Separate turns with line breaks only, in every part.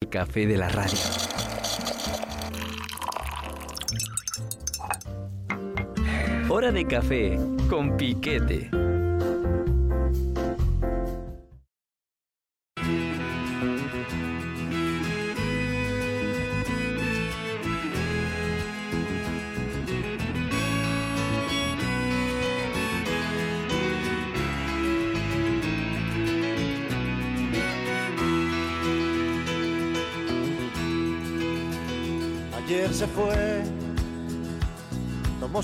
El café de la radio. Hora de café con piquete.
Ayer se fue, tomó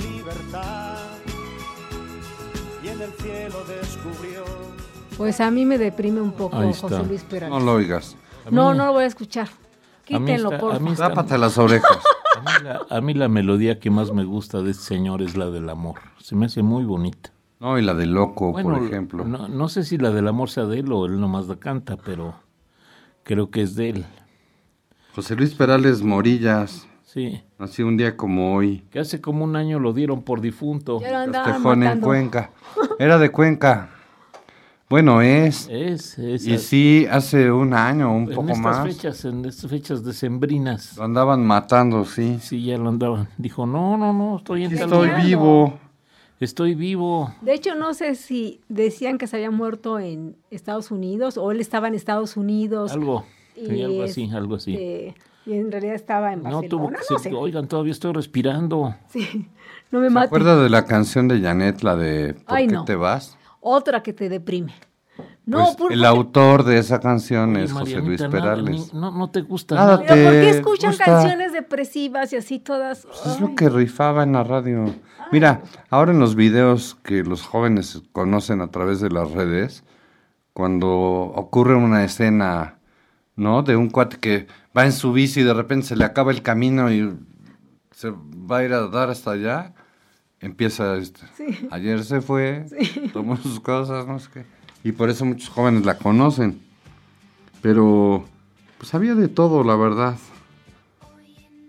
libertad y en el cielo descubrió
Pues a mí me deprime un poco
Ahí
José
está.
Luis Peralta.
No lo oigas.
No, no lo voy a escuchar.
A mí
Quítenlo,
está-
por
a mí está-
Tápate las orejas.
A mí, la, a mí la melodía que más me gusta de este señor es la del amor. Se me hace muy bonita.
No, y la de loco,
Bueno,
por ejemplo.
No, no sé si la del amor sea de él o él nomás la canta, pero creo que es de él.
José Luis Perales Morillas,
Sí.
nació un día como hoy.
Que hace como un año lo dieron por difunto.
Ya lo andaban
Estefón en
matando.
Cuenca. Era de Cuenca. Bueno, es.
Es, es.
Y sí, hace un año, un
Eh, en
poco
estas
más.
fechas, en estas fechas decembrinas.
Lo andaban matando, sí.
Sí, ya lo andaban. Dijo, no, no, no, estoy en
Sí,
tal
estoy
lugar.
vivo.
Estoy vivo.
De hecho, no sé si decían que se había muerto en Estados Unidos o él estaba en Estados Unidos.
Algo.
y
Sí, algo así, algo así.
este, y en realidad estaba en
No
Barcelona.
tuvo que
no
ser,
sé.
oigan, todavía estoy respirando.
Sí, no me
¿Te
mates.
acuerdas de la canción de Janet, la de ¿Por
Ay,
qué
no.
te vas?
Otra que te deprime. No,
Pues,
por-
el autor de esa canción
Oye,
es José
Marianita,
Luis
nada,
Perales.
ni- no, no te gusta.
Nada
¿no?
Pero ¿por qué
te
escuchan
gusta.
canciones depresivas y así todas?
Pues es lo que rifaba en la radio. Mira, ahora en los videos que los jóvenes conocen a través de las redes, cuando ocurre una escena, ¿no? De un cuate que va en su bici y de repente se le acaba el camino y se va a ir a dar hasta allá, empieza esto. Ayer se fue, tomó sus cosas, no sé qué. Y por eso muchos jóvenes la conocen. Pero, pues había de todo, la verdad.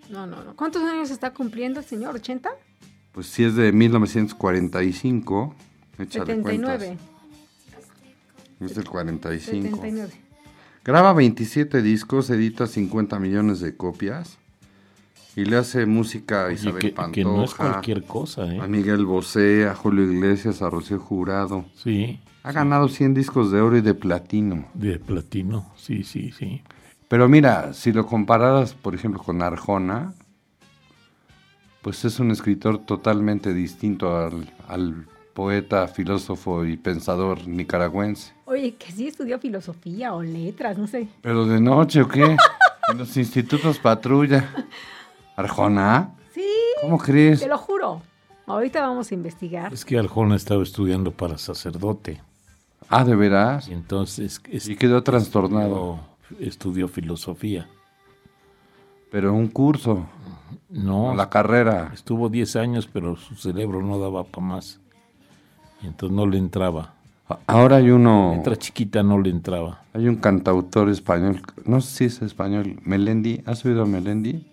No, no, no. ¿Cuántos años está cumpliendo el señor? ¿80?
Pues si es de 1945, échale
79.
cuentas. Es del 45.
79.
Graba 27 discos, edita 50 millones de copias y le hace música a
Oye,
Isabel
que,
Pantoja,
que no es cualquier cosa, ¿eh?
a Miguel Bosé, a Julio Iglesias, a Rocío Jurado.
Sí,
Ha ganado 100 discos de oro y de platino.
de platino, sí, sí, sí.
Pero mira, si lo compararas, por ejemplo, con Arjona, pues es un escritor totalmente distinto al, al poeta, filósofo y pensador nicaragüense.
Oye, que sí estudió filosofía o letras, no sé.
Pero de noche, ¿o qué? En los institutos patrulla. ¿Arjona?
Sí,
¿Cómo crees?
te lo juro. Ahorita vamos a investigar.
Es que Arjona estaba estudiando para sacerdote.
Ah, ¿de veras?
Y entonces
Y
estudió,
quedó trastornado.
estudió filosofía.
Pero un curso,
No,
la carrera.
estuvo 10 años, pero su cerebro no daba para más. Y entonces no le entraba.
Ahora hay uno,
Letra chiquita no le entraba.
hay un cantautor español, no sé si es español, Melendi, ¿has oído a Melendi?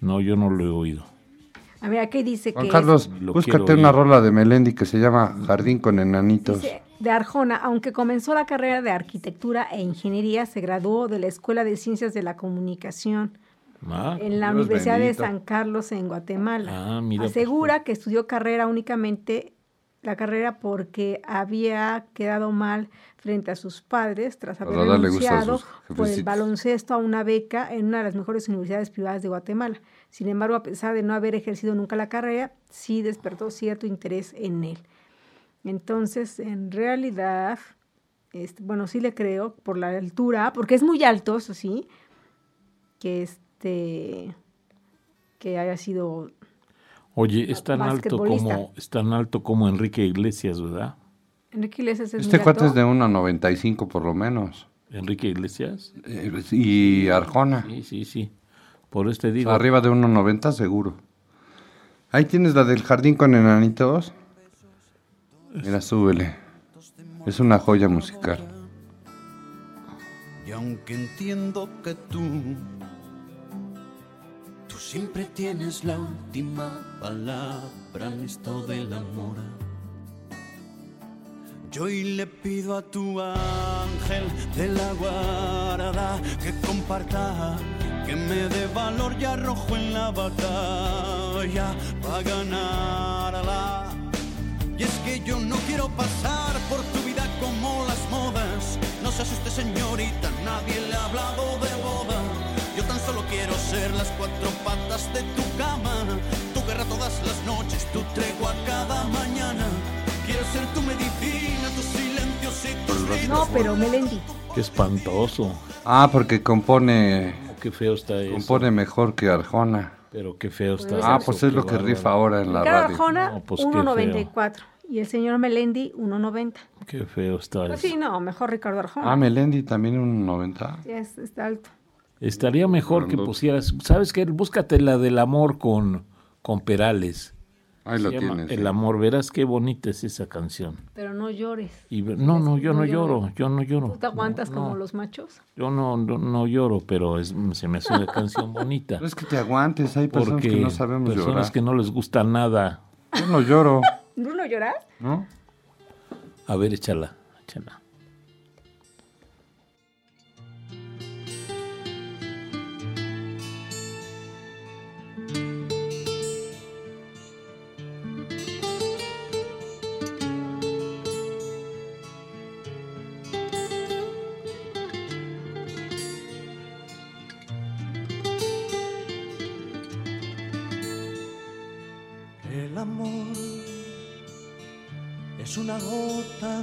No, yo no lo he oído.
A ver, aquí dice que
Juan
es-
Carlos,
Lo
búscate
quiero
una
oír.
rola de Melendi que se llama Jardín con Enanitos.
dice, de Arjona, aunque comenzó la carrera de arquitectura e ingeniería, se graduó de la Escuela de Ciencias de la Comunicación
Ah,
en la
Dios
Universidad
bendito.
de San Carlos en Guatemala.
Ah, mira, pues,
Asegura que estudió carrera únicamente la carrera porque había quedado mal frente a sus padres tras
A
haber
Dada le gustan
renunciado
sus
por el
jefecitos.
baloncesto a una beca en una de las mejores universidades privadas de Guatemala. Sin embargo, a pesar de no haber ejercido nunca la carrera, sí despertó cierto interés en él. Entonces, en realidad, este, bueno, sí le creo por la altura, porque es muy alto, eso sí, que este que haya sido
Oye, es tan alto
basquetbolista.
como es tan alto como Enrique Iglesias, ¿verdad?
Enrique Iglesias es
Este
muy
cuate
alto.
es de 1,95 por lo menos.
Enrique Iglesias.
Eh, Y Arjona,
Sí, sí, sí. Por eso te digo.
arriba de 1,90 seguro. Ahí tienes la del Jardín con Enanitos. Mira, súbele. Es una joya musical.
Y aunque entiendo que tú, tú siempre tienes la última palabra en esto del amor. Yo hoy le pido a tu ángel de la guarda que comparta, que me dé valor y arrojo en la batalla para ganarla. Y es que yo no quiero pasar por tu vida como las modas. No se asuste señorita, nadie le ha hablado de boda. Yo tan solo quiero ser las cuatro patas de tu cama. Tu guerra todas las noches, tu tregua cada mañana. Quiero ser tu medicina, tus silencios y tus ritmos.
No, pero Melendi.
Qué espantoso.
Ah, porque compone,
Qué feo está eso.
compone mejor que Arjona.
Pero qué feo está
Ah,
eso,
pues es
qué
lo que
bárbaro.
rifa ahora en la
Ricardo
radio.
Arjona,
No, pues, qué
1.94. Y el señor Melendi, 1.90.
Qué feo está
Pues
eso.
sí, no, mejor Ricardo Arjona.
Ah, Melendi también 1,90.
Sí, es- está alto.
Estaría mejor que pusieras, ¿sabes qué? Búscate la del amor con, con Perales.
Ahí lo
Se llama
tienes. ¿eh?
El amor, verás qué bonita es esa canción.
Pero no llores.
Y ve- no, no, yo
No
no
lloro.
lloro, yo no lloro.
¿Tú te aguantas
No, no,
como los machos?
Yo no, no, no lloro, pero es- se me hace una canción bonita.
No es que te aguantes, Pues hay personas
Porque
que no sabemos
personas
llorar.
que no les gusta nada.
Yo no lloro,
¿Tú no lloras?
¿no?
A ver, échala, échala.
El amor es una gota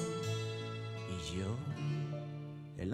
y yo. El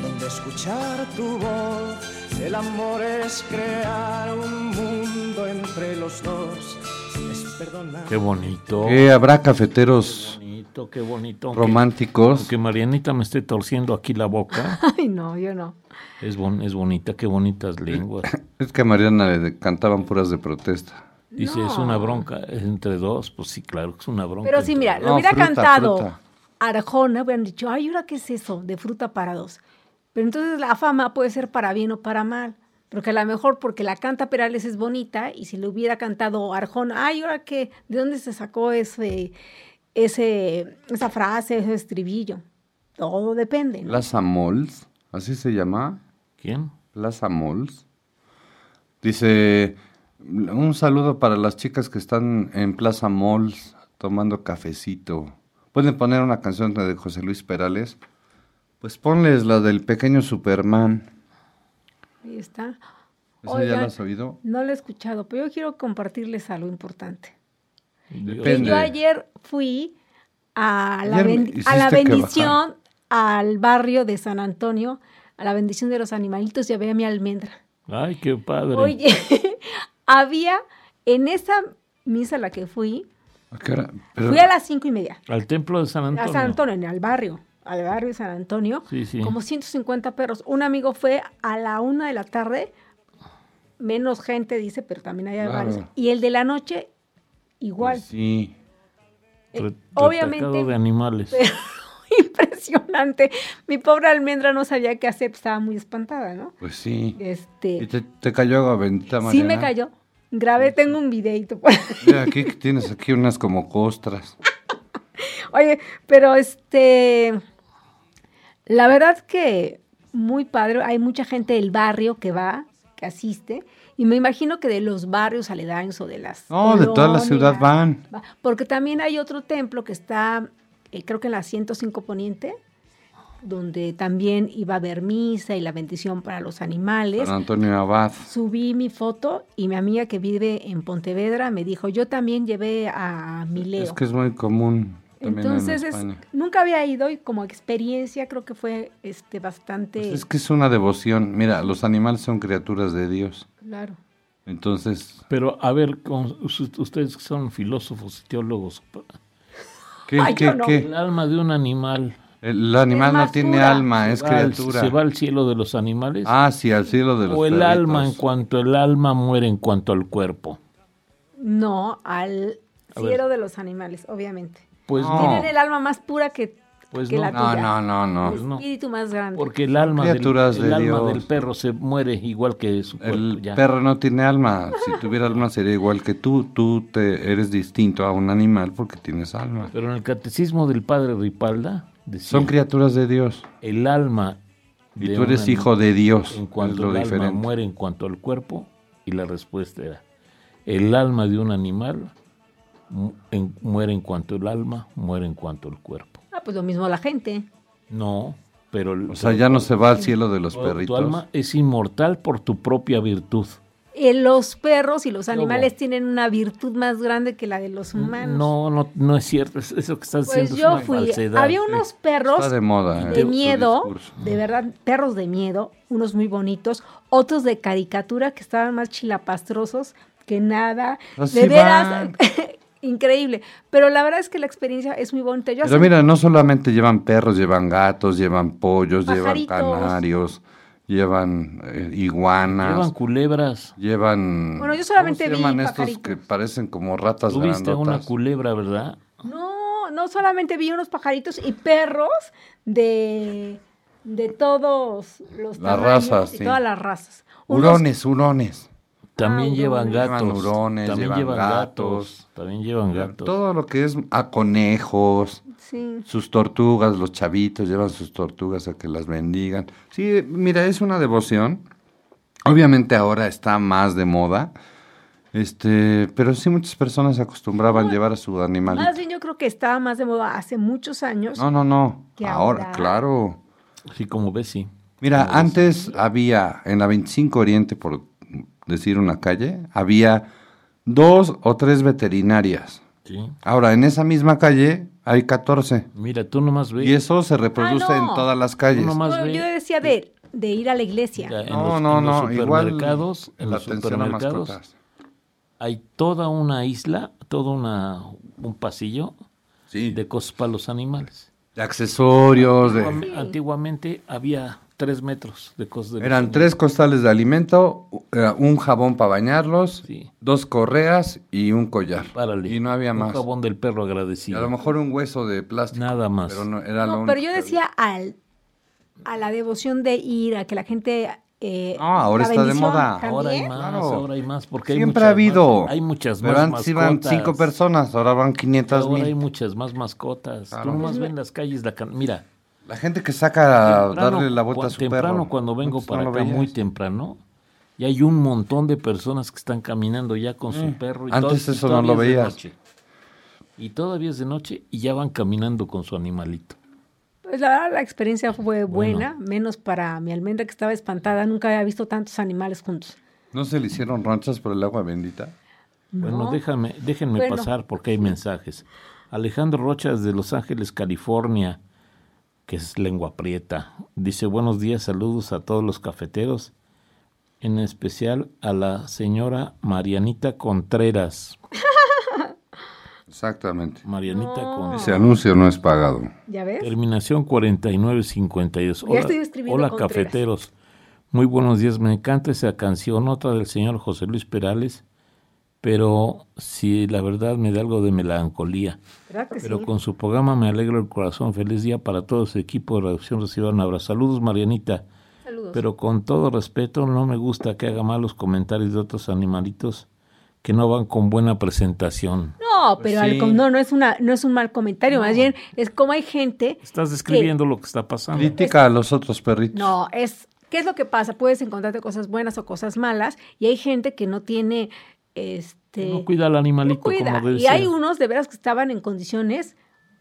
donde escuchar tu voz. El amor es crear un mundo entre los dos. Es perdonar.
Qué bonito.
Eh, habrá cafeteros
bonito, qué bonito. Aunque-
románticos.
Aunque Marianita me esté torciendo aquí la boca,
Ay, no, yo no.
es, bon- es bonita, qué bonitas lenguas.
Es que a Mariana le de- cantaban puras de protesta.
Dice, es una bronca entre dos. Pues sí, claro que es una bronca.
Pero sí,
entre
mira,
dos.
lo
No,
hubiera
fruta,
cantado
fruta.
Arjona, hubieran dicho, ay, ¿ahora qué es eso? De fruta para dos. Pero entonces la fama puede ser para bien o para mal. Porque a lo mejor porque la canta Perales es bonita y si le hubiera cantado Arjona, ay, ¿ahora qué? ¿De dónde se sacó ese, ese, esa frase, ese estribillo? Todo depende. ¿no?
Plaza Malls, así se llama.
¿Quién?
Plaza Malls. Dice, un saludo para las chicas que están en Plaza Malls tomando cafecito. ¿Pueden poner una canción de José Luis Perales? Pues ponles la del pequeño Superman.
Ahí está.
¿Esa ya
Oigan,
la has oído?
No lo he escuchado, pero yo quiero compartirles algo importante. Que
Depende.
yo ayer fui a la,
Ayer me
ben- a la
hiciste que
bendición al barrio de San Antonio, a la bendición de los animalitos, ya veía mi almendra.
Ay, qué padre.
Oye, había en esa misa a la que fui,
¿A qué hora? Pero-
fui a las cinco y media,
Al templo de San Antonio.
a San Antonio, en el barrio, al barrio de San Antonio,
Sí, sí.
como 150 perros. Un amigo fue a la una de la tarde, menos gente dice, pero también había
Claro.
varios. Y el de la noche, igual.
Pues Sí.
Eh,
Re-
obviamente,
retacado de animales.
impresionante. Mi pobre almendra no sabía qué hacer, pues, estaba muy espantada, ¿no?
Pues sí. ¿Y
Este,
te, te cayó agua bendita,
sí
Mariana?
me cayó. Grabé, tengo un videito. por ahí.
Mira, aquí tienes aquí unas como costras.
Oye, pero este, la verdad que muy padre, hay mucha gente del barrio que va, que asiste, y me imagino que de los barrios aledaños o de las...
No, de toda la
colonias,
ciudad van.
va- Porque también hay otro templo que está, eh, creo que en la 105 Poniente, donde también iba a haber misa y la bendición para los animales.
San Antonio Abad.
Subí mi foto y mi amiga que vive en Pontevedra me dijo, yo también llevé a mi Leo.
Es que es muy común también
Entonces,
en
es-
España.
nunca había ido y como experiencia creo que fue este bastante...
Pues es que es una devoción. Mira, los animales son criaturas de Dios.
Claro.
Entonces,
Pero a ver, con- us- ustedes que son filósofos y teólogos,
¿qué?
Ay,
qué,
yo no.
qué?
el alma de un animal
El animal no
más
tiene
pura.
alma, Ah, es
va al-
criatura.
se va al cielo de los animales
Ah, sí, al cielo de los
o el
perritos.
alma en cuanto el alma muere en cuanto al cuerpo.
No, al
A ver.
cielo de los animales, obviamente.
Pues
No.
no,
Tienen el alma más pura que,
Pues
que
no.
la
Oh. No,
tuya.
no, no, no.
Pues no.
El espíritu más grande.
porque el alma, del,
Criaturas
el
de
alma
Dios.
del perro se muere igual que su cuerpo.
El
pues ya.
perro no tiene alma. Si tuviera alma sería igual que tú. Tú te eres distinto a un animal porque tienes alma.
Pero en el catecismo del padre Ripalda decía,
Son criaturas de Dios.
el alma
Y
de
tú
un
eres
ani-
hijo de Dios.
en
es
cuanto
lo
al
diferente.
alma muere en cuanto al cuerpo y la respuesta era el alma de un animal mu- en- muere en cuanto el alma muere en cuanto el cuerpo
Ah, pues lo mismo la gente.
no pero el-
O sea, ya no se va al cielo de los
tu- tu
perritos.
alma es inmortal por tu propia virtud
Eh, los perros y los animales
hubo?
tienen una virtud más grande que la de los humanos.
no no no es cierto es- eso que estás
Pues
diciendo es
yo
una
fui.
falsedad
Había unos perros
eh. Está de moda. eh,
de
tu
miedo,
discurso.
de verdad, perros de miedo, unos muy bonitos, otros de caricatura que estaban más chilapastrosos que nada.
Así
de veras,
Ah, van.
increíble. Pero la verdad es que la experiencia es muy bonita. Yo
Pero
hace-
mira, no solamente llevan perros, llevan gatos, llevan pollos,
Pajaritos.
llevan canarios, llevan eh, iguanas,
llevan culebras
llevan,
Bueno, yo solamente
¿cómo se
vi
llaman estos
pajaritos.
que parecen como ratas
tuviste una
grandotas?
culebra verdad
no, no solamente vi unos pajaritos y perros de, de todos los
Las
tamaños
razas,
y
sí.
todas las razas. Unos-
Hurones, hurones.
también
Ah,
llevan
hurones.
gatos
Llevan hurones,
también
llevan
llevan gatos,
gatos.
también llevan gatos
Todo lo que es a conejos,
sí.
sus tortugas, los chavitos llevan sus tortugas a que las bendigan. Sí, mira, es una devoción. Obviamente ahora está más de moda. Este, pero sí muchas personas acostumbraban llevar a su animalito.
Más bien yo creo que estaba más de moda hace muchos años.
No, no, no.
Pues que
Ahora,
ahora-
claro.
así como ves sí
Mira, antes había en la 25 Oriente, por decir una calle, había dos o tres veterinarias.
sí
Ahora, en esa misma calle hay 14.
Mira, tú nomás ves.
Y eso se reproduce
Ah, no.
en todas las calles.
Tú nomás
No,
ve.
yo decía de, de ir a la iglesia.
Mira, en
No,
los,
no,
en los
no, igual
supermercados, en
la
los
atención a
supermercados
mascotas.
hay toda una isla, todo una, un pasillo
Sí.
de
De,
cosas para los animales.
accesorios, de,
Antiguam- Antiguamente había tres metros de cosas de los
eran
animales.
tres costales de alimento, u- era un jabón para bañarlos,
Sí.
dos correas y un collar.
Párale.
Y no había
Un
más.
jabón del perro
Y a lo
agradecido.
mejor un hueso de plástico.
Nada más.
Pero no, era lo
No,
único
pero yo
que había.
decía al, a la devoción de ir, a que la gente... eh,
No, Ah, ahora
la
está de
bendición
moda.
también.
Ahora hay más,
Claro.
ahora hay más. Porque hay
Siempre
muchas
ha habido.
más- hay muchas más
Pero antes iban
mascotas.
cinco personas, ahora van 500
Ahora hay
mil.
muchas más mascotas.
Claro.
Tú nomás ves en las calles la can- Mira,
La gente que saca a
Temprano,
darle la vuelta a
cua-
su
temprano
perro.
cuando vengo
Antes no
para
lo
acá
veías.
muy temprano Y hay un montón de personas que están caminando ya con su perro. Y
Mm. Antes
todo- y
eso no
todavía
lo
es de
veías.
noche. Y todavía es de noche y ya van caminando con su animalito.
Pues la verdad, la experiencia fue buena, menos para mi almendra que estaba espantada. Nunca había visto tantos animales juntos.
¿No se le hicieron ranchas por el agua bendita?
Bueno,
No.
déjame, déjenme
Bueno.
pasar porque hay mensajes. Alejandro Rochas de Los Ángeles, California, que es lengua prieta, dice buenos días, saludos a todos los cafeteros, en especial a la señora Marianita Contreras.
Exactamente.
Marianita
Ese
Contreras.
anuncio no es pagado.
¿Ya ves?
Terminación 4952.
Ya
Hola,
estoy escribiendo
hola
Contreras.
cafeteros. Muy buenos días, me encanta esa canción, otra del señor José Luis Perales, pero si la verdad me da algo de melancolía.
¿Verdad que
Pero
sí?
con su programa me alegro el corazón. Feliz día para todo su equipo de reducción. Reciban un abrazo. Saludos, Marianita.
Saludos.
Pero con todo respeto, no me gusta que haga malos comentarios de otros animalitos que no van con buena presentación.
no, pero al
sí.
com- no, no es, una, no es un mal comentario. Más bien, es como hay gente
Estás describiendo lo que está pasando.
Critica a los otros perritos.
No, es qué es lo que pasa. Puedes encontrarte cosas buenas o cosas malas y hay gente que no tiene, este,
No cuida al animalito
no cuida.
como debe
y hay
ser.
unos de veras que estaban en condiciones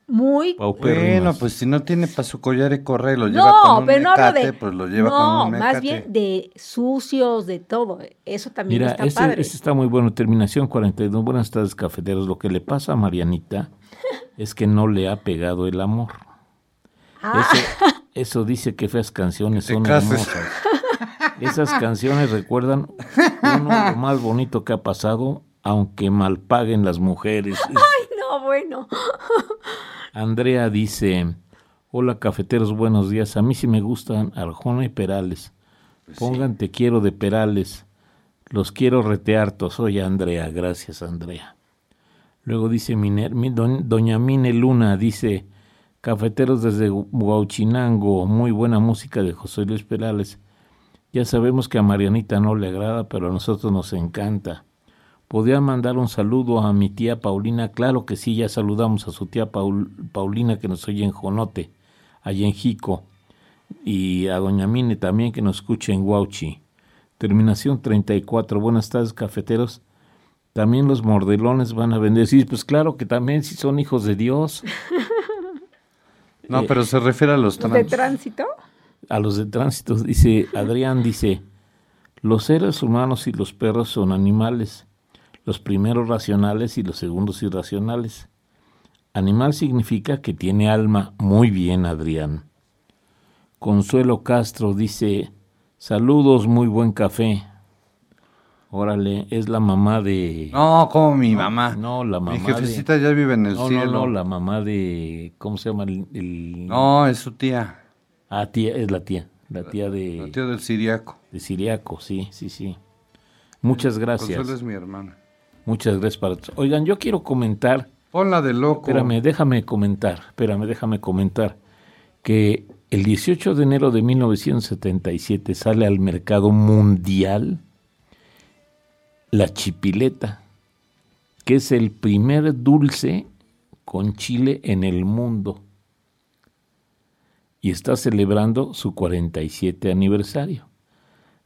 muy.
Paupérrimas.
Bueno, pues si no tiene para su collar y correa y lo lleva con
No,
un
pero no hablo
mecate,
de.
pues lo lleva
no,
con un mecate.
más bien de sucios, de todo. Eso también
Mira,
está
este,
padre.
este está muy bueno. Terminación 42. Buenas tardes, cafeteros. Lo que le pasa a Marianita es que no le ha pegado el amor.
Ah,
Eso, eso dice que feas canciones
Que te
son
cases.
hermosas. Esas canciones recuerdan uno lo más bonito que ha pasado, aunque mal paguen las mujeres.
no, bueno.
Andrea dice, hola cafeteros, buenos días. A mí sí me gustan Arjona y Perales. Pongan te quiero de Perales. Los quiero reteartos. Soy Andrea. Gracias, Andrea. Luego dice Miner- mi- don- Doña Mine Luna, dice, cafeteros desde Gu- Huauchinango, muy buena música de José Luis Perales. Ya sabemos que a Marianita no le agrada, pero a nosotros nos encanta. ¿Podría mandar un saludo a mi tía Paulina? Claro que sí, ya saludamos a su tía Paul- Paulina que nos oye en Jonote, allá en Jico, y a doña Mine también que nos escucha en Huauchi. Terminación 34. Buenas tardes, cafeteros. También los mordelones van a bendecir. Pues claro que también si son hijos de Dios,
No, pero se refiere a los
Los de
trans.
tránsito.
a los de tránsito, dice Adrián, dice, los seres humanos y los perros son animales, los primeros racionales y los segundos irracionales. Animal significa que tiene alma. Muy bien, Adrián. Consuelo Castro dice, saludos, muy buen café. Órale, es la mamá de...
No, como mi mamá.
No, la mamá
Mi jefecita ya vive en
de...
el
No, no,
cielo.
no, la mamá de... ¿Cómo se llama el...? el-
No, es su tía.
Ah, tía, es la tía. La tía de...
El tío del siriaco.
De Siriaco, sí, sí, sí. Muchas gracias.
Consuelo es mi hermana.
Muchas gracias para todos. Oigan, yo quiero comentar,
Ponla de loco.
espérame, déjame comentar, espérame, déjame comentar, que el 18 de enero de 1977 sale al mercado mundial la chipileta, que es el primer dulce con chile en el mundo. Y está celebrando su 47 aniversario.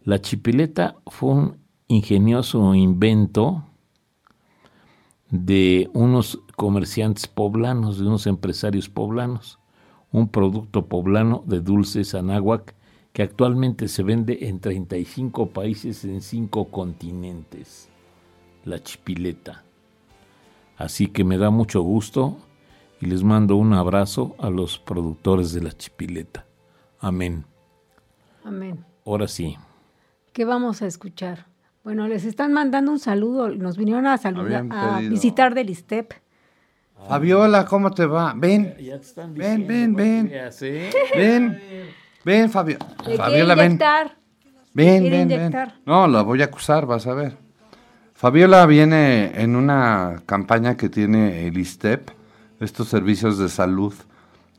La chipileta fue un ingenioso invento de unos comerciantes poblanos, de unos empresarios poblanos, un producto poblano de dulces anáhuac que actualmente se vende en 35 países en 5 continentes, la chipileta. Así que me da mucho gusto y les mando un abrazo a los productores de la chipileta. Amén.
Amén.
Ahora sí.
¿Qué vamos a escuchar? Bueno, les están mandando un saludo. Nos vinieron a saludar,
Habían
a
pedido.
visitar del ISTEP.
Fabiola, ¿cómo te va? Ven,
Ya te están
Ven, ven, ven.
no creas, ¿eh?
ven. Ven, Fabiola.
Le
Fabiola,
quiere
ven.
inyectar.
Ven,
quiere
ven, ven.
inyectar.
No, la voy a acusar, vas a ver. Fabiola viene en una campaña que tiene el ISTEP, E estos servicios de salud,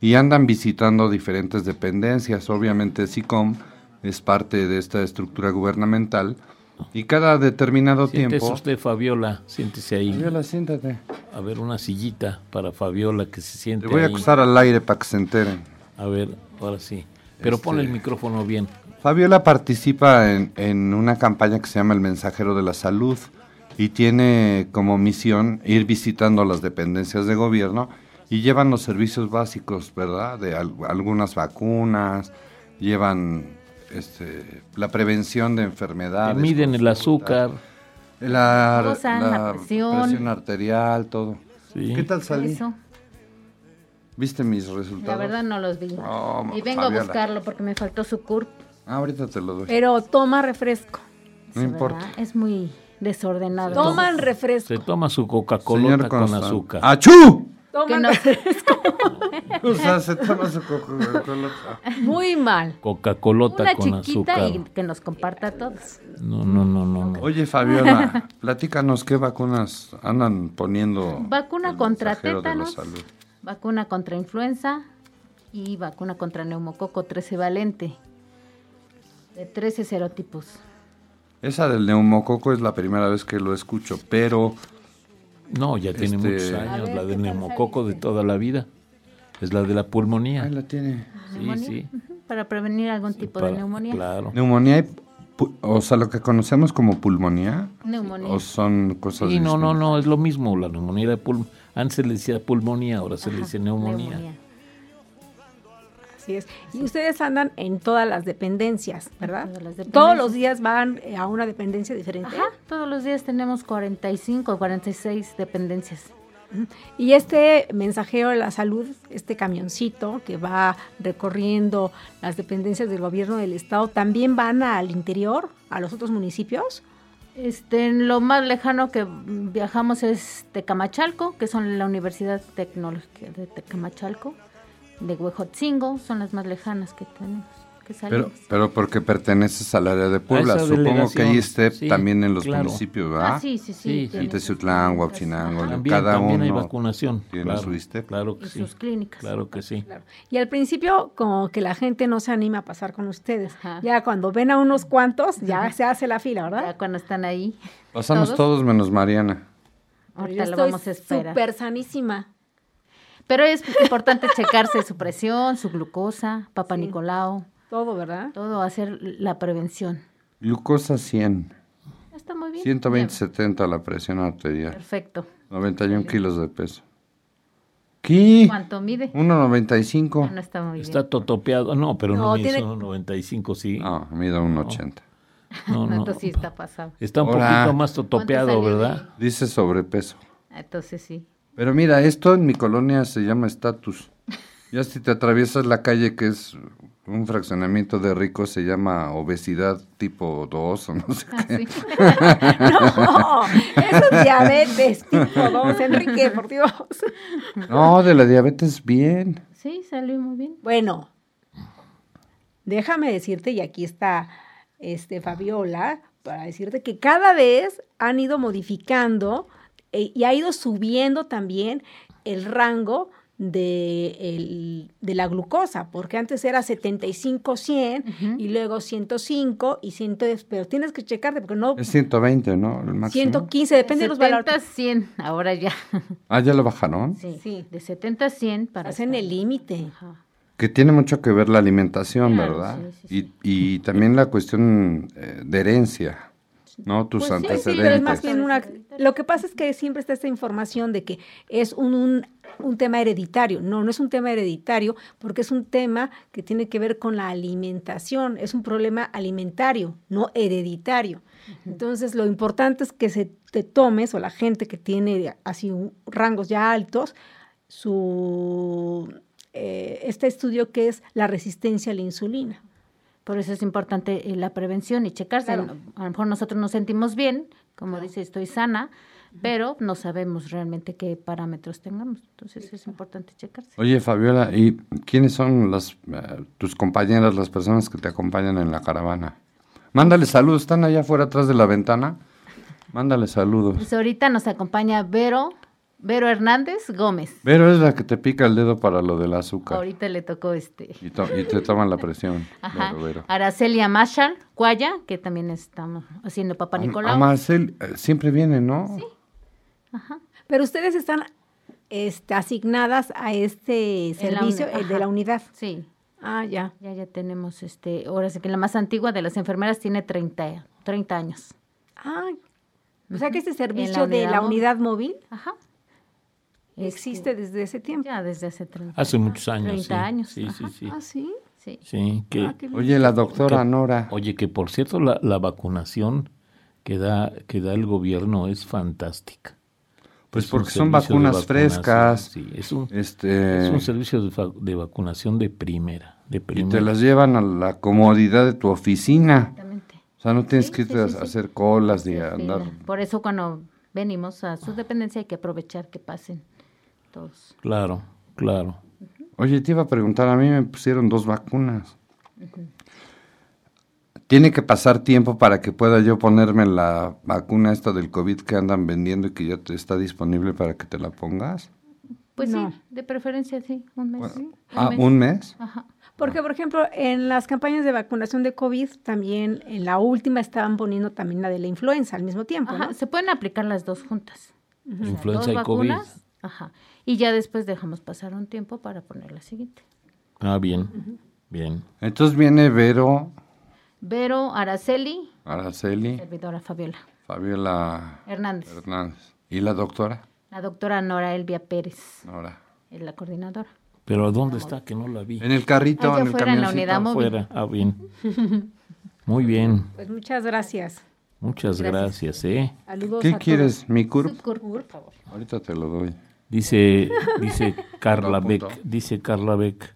y andan visitando diferentes dependencias. Obviamente, SICOM es parte de esta estructura gubernamental y cada determinado
Siéntese
tiempo.
usted, Fabiola, siéntese ahí.
Fabiola, siéntate.
A ver, una sillita para Fabiola que se siente
Te voy a
ahí.
acusar al aire para que se enteren. Este,
A ver, ahora sí. Pero pon el micrófono bien.
Fabiola participa en, en una campaña que se llama El Mensajero de la Salud y tiene como misión ir visitando las dependencias de gobierno y llevan los servicios básicos, ¿verdad? De al- algunas vacunas, llevan este, la prevención de
Te
enfermedades.
miden el
consultas,
azúcar.
La,
Gozan, la
la
presión.
presión arterial, todo.
Sí.
¿Qué tal salí?
Eso.
¿Viste mis resultados?
La verdad no los vi.
No,
y vengo
Fabiola.
a buscarlo porque me faltó su CURP.
Ah, ahorita te lo doy.
Pero toma refresco.
no
¿verdad?
importa.
Es muy desordenado.
Toman
Se
refresco.
toma su Coca-Cola
Señor Ah.
con
Constan-
azúcar.
¡Achú!
Que
Toman
no-
O sea, se toma su Coca-Cola.
muy mal.
Coca-Colota
una
con
chiquita
azúcar.
y que nos comparta a todos.
No, no, no, no. no.
Oye, Fabiola, platícanos qué vacunas andan poniendo.
Vacuna
el
contra
mensajero de la
tétanos,
salud.
vacuna contra influenza y vacuna contra neumococo 13 valente de 13 serotipos.
Esa del neumococo es la primera vez que lo escucho, pero
No, ya tiene
Este-
muchos
A
años. La del neumococo de toda la vida. Es la de la pulmonía.
ahí la tiene.
Sí,
Neumonía,
sí.
ujú, Para prevenir algún tipo
Para-
de neumonía.
Claro.
Neumonía y pu- o sea, lo que conocemos como pulmonía
Neumonía.
o son cosas
Sí, no, no,
distintas?
no, es lo mismo. La neumonía de pulmonía. Antes se le decía pulmonía, ahora se le dice neumonía.
Neumonía.
Así es. Y ustedes andan en todas las dependencias, ¿verdad?
todas las dependencias.
Todos los días van eh, a una dependencia diferente.
Ajá, todos los días tenemos 45 o 46 dependencias.
Y este mensajero de la salud, este camioncito que va recorriendo las dependencias del gobierno del estado, también van al interior, a los otros municipios.
Este, lo más lejano que viajamos es Tecamachalco, que son la Universidad Tecnológica de Tecamachalco, de Huejotzingo, son las más lejanas que tenemos, que salimos.
Pero, pero porque perteneces al área de Puebla,
esa
supongo que ahí
delegación,
esté
sí,
también en los
claro.
municipios, ¿verdad?
ah, sí,
Sí, sí.
sí, sí. tiene
En
sus
Teciutlán,
clínicas,
Huachinango,
ajá,
También,
cada
también hay
uno
vacunación.
tiene
claro,
su ISTE.
Claro que
Y
sí.
sus clínicas.
Claro que sí.
Y al principio como que la gente no se anima a pasar con ustedes.
Ajá.
Ya cuando ven a unos cuantos, ya se hace la fila,
Ya
¿verdad?
cuando están ahí,
Pasamos todos menos Mariana.
Pero
ahorita
yo
lo
estoy
vamos a esperar.
Súper sanísima.
Pero es importante checarse su presión, su glucosa, papá Nicolau,
Todo, ¿verdad?
todo, hacer la prevención.
Glucosa 100,
Está muy bien.
120,
Bien,
70 la presión arterial,
Perfecto.
91 kilos de peso. ¿Qué?
¿Cuánto mide?
1,95.
Ah, No está muy bien.
Está totopeado. No, pero no,
No,
me
tiene-
hizo 95, sí.
No, mido 1,80.
No,
No,
no.
Entonces sí está pasado.
Está un
Ahora.
poquito más totopeado,
¿Cuánto salió
¿verdad?
Dice sobrepeso.
Ah, Entonces sí.
Pero mira, esto en mi colonia se llama estatus. Ya si te atraviesas la calle que es un fraccionamiento de ricos, se llama obesidad tipo 2 o no sé
Ah,
qué.
sí.
No, eso es diabetes tipo 2, Enrique, por Dios.
No, de la diabetes bien.
Sí, salió muy bien.
Bueno, déjame decirte, y aquí está este, Fabiola, para decirte que cada vez han ido modificando eh, y ha ido subiendo también el rango de, el- de la glucosa, porque antes era 75, 100
Ujú.
y luego 105 y 100, pero tienes que checarte porque no...
Es 120, ¿no? El máximo.
115, depende de los
70
valores.
100, ahora ya.
Ah, ya lo bajaron.
Sí,
Sí.
de 70 a 100 para
Estás en
estar-
el límite.
Ajá.
Que tiene mucho que ver la alimentación,
Claro,
¿verdad?
sí, sí,
Y, y también la cuestión eh, de herencia, ¿no? Tus
Pues sí, sí, pero es
antecedentes.
más bien una. Lo que pasa es que siempre está esta información de que es un, un, un tema hereditario. No, no es un tema hereditario porque es un tema que tiene que ver con la alimentación. Es un problema alimentario, no hereditario. Entonces, lo importante es que se te tomes o la gente que tiene así un- rangos ya altos su eh, este estudio que es la resistencia a la insulina.
Por eso es importante eh, la prevención y checarse.
Claro.
A lo mejor nosotros nos sentimos bien, como dice, estoy sana, pero no sabemos realmente qué parámetros tengamos. Entonces es importante checarse.
Oye, Fabiola, ¿y quiénes son las eh, tus compañeras, las personas que te acompañan en la caravana? Mándale saludos, están allá afuera atrás de la ventana. Mándale saludos.
Pues ahorita nos acompaña Vero, Vero Hernández Gómez.
Pero es la que te pica el dedo para lo del azúcar.
Ahorita le tocó este.
Y, to- y te toman la presión.
Ajá.
Vero, Vero.
Aracelia Mashal, Cuaya, que también estamos haciendo Papá
A
Nicolau.
Marcel eh, siempre viene, ¿no?
Ajá.
Pero ustedes están este, asignadas a este
En la
servicio
uni-
eh, de la
ajá.
unidad.
Sí.
Ah, ya.
Ya, ya tenemos, este, ahora sí que la más antigua de las enfermeras tiene 30, 30 años.
Ah, o sea que este servicio de
unidad
la
móvil.
unidad móvil
Ajá.
existe desde ese tiempo.
Ya desde hace 30
Hace muchos años.
30
sí.
Ah, años,
Sí, sí,
ajá.
sí.
Ah, sí.
Sí.
Sí, que-
Ah, qué bien.
Oye, la doctora Nora.
oye, que por cierto, la, la vacunación que da, que da el gobierno es fantástica.
Pues
Es un
porque
servicio
son
de
vacunas
vacunación,
frescas.
Sí, es un,
Este,
es un servicio de, fa- de vacunación de primera. De
y
primera.
te las llevan a la comodidad de tu oficina.
Exactamente.
O sea, no tienes
Sí,
que
sí,
irte a-
sí, sí.
hacer colas ni a
Sí,
andar.
no. Por eso cuando venimos a su dependencia hay que aprovechar que pasen todos.
Claro, claro.
Oye, te iba a preguntar, a mí me pusieron dos vacunas. ¿Tiene que pasar tiempo para que pueda yo ponerme la vacuna esta del COVID que andan vendiendo y que ya te está disponible para que te la pongas?
Pues
No.
sí, de preferencia sí, un mes. sí, un
ah,
mes.
¿un mes?
Ajá.
Porque, por ejemplo, en las campañas de vacunación de COVID, también en la última estaban poniendo también la de la influenza al mismo tiempo.
Ajá,
¿no?
se pueden aplicar las dos juntas. O sea,
Influenza
dos
y COVID.
vacunas, Ajá. Y ya después dejamos pasar un tiempo para poner la siguiente.
Ah, bien, bien.
Entonces viene Vero,
Vero, Araceli,
Araceli,
servidora Fabiola
Fabiola
Hernández,
Hernández. ¿Y la doctora?
la doctora Nora Elvia Pérez,
Nora.
es la coordinadora.
Pero ¿a
Ah,
dónde está? Que no la vi.
En el carrito,
Allá
en el
afuera en la
camioncito.
unidad móvil.
Fuera. Ah, bien. Muy bien.
Pues muchas gracias.
Muchas gracias, ¿eh?
Saludos
¿Qué
a
quieres, mi curp?
Por favor.
Ahorita te lo doy.
Dice, dice
Lo
Carla
apuntó.
Beck, dice Carla Beck,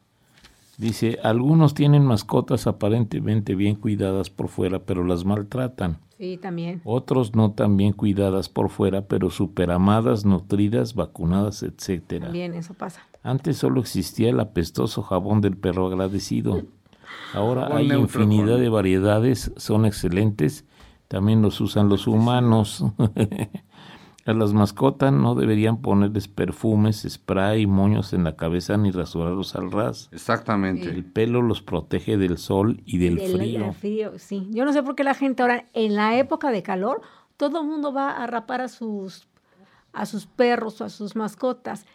dice, algunos tienen mascotas aparentemente bien cuidadas por fuera, pero las maltratan.
todos. Sí, también.
Otros no tan bien cuidadas por fuera, pero superamadas, nutridas, vacunadas, etcétera.
También eso pasa.
Antes solo existía el apestoso jabón del perro agradecido. Ahora
Jabón
hay
neutro,
infinidad
Juan.
de variedades, son excelentes, también los usan los humanos. A las mascotas no deberían ponerles perfumes, spray, moños en la cabeza ni rasurarlos al ras.
Exactamente.
El pelo los protege del sol y del
Del-
frío.
del frío, sí. Yo no sé por qué la gente ahora, en la época de calor, todo el mundo va a rapar a sus, a sus perros o a sus mascotas.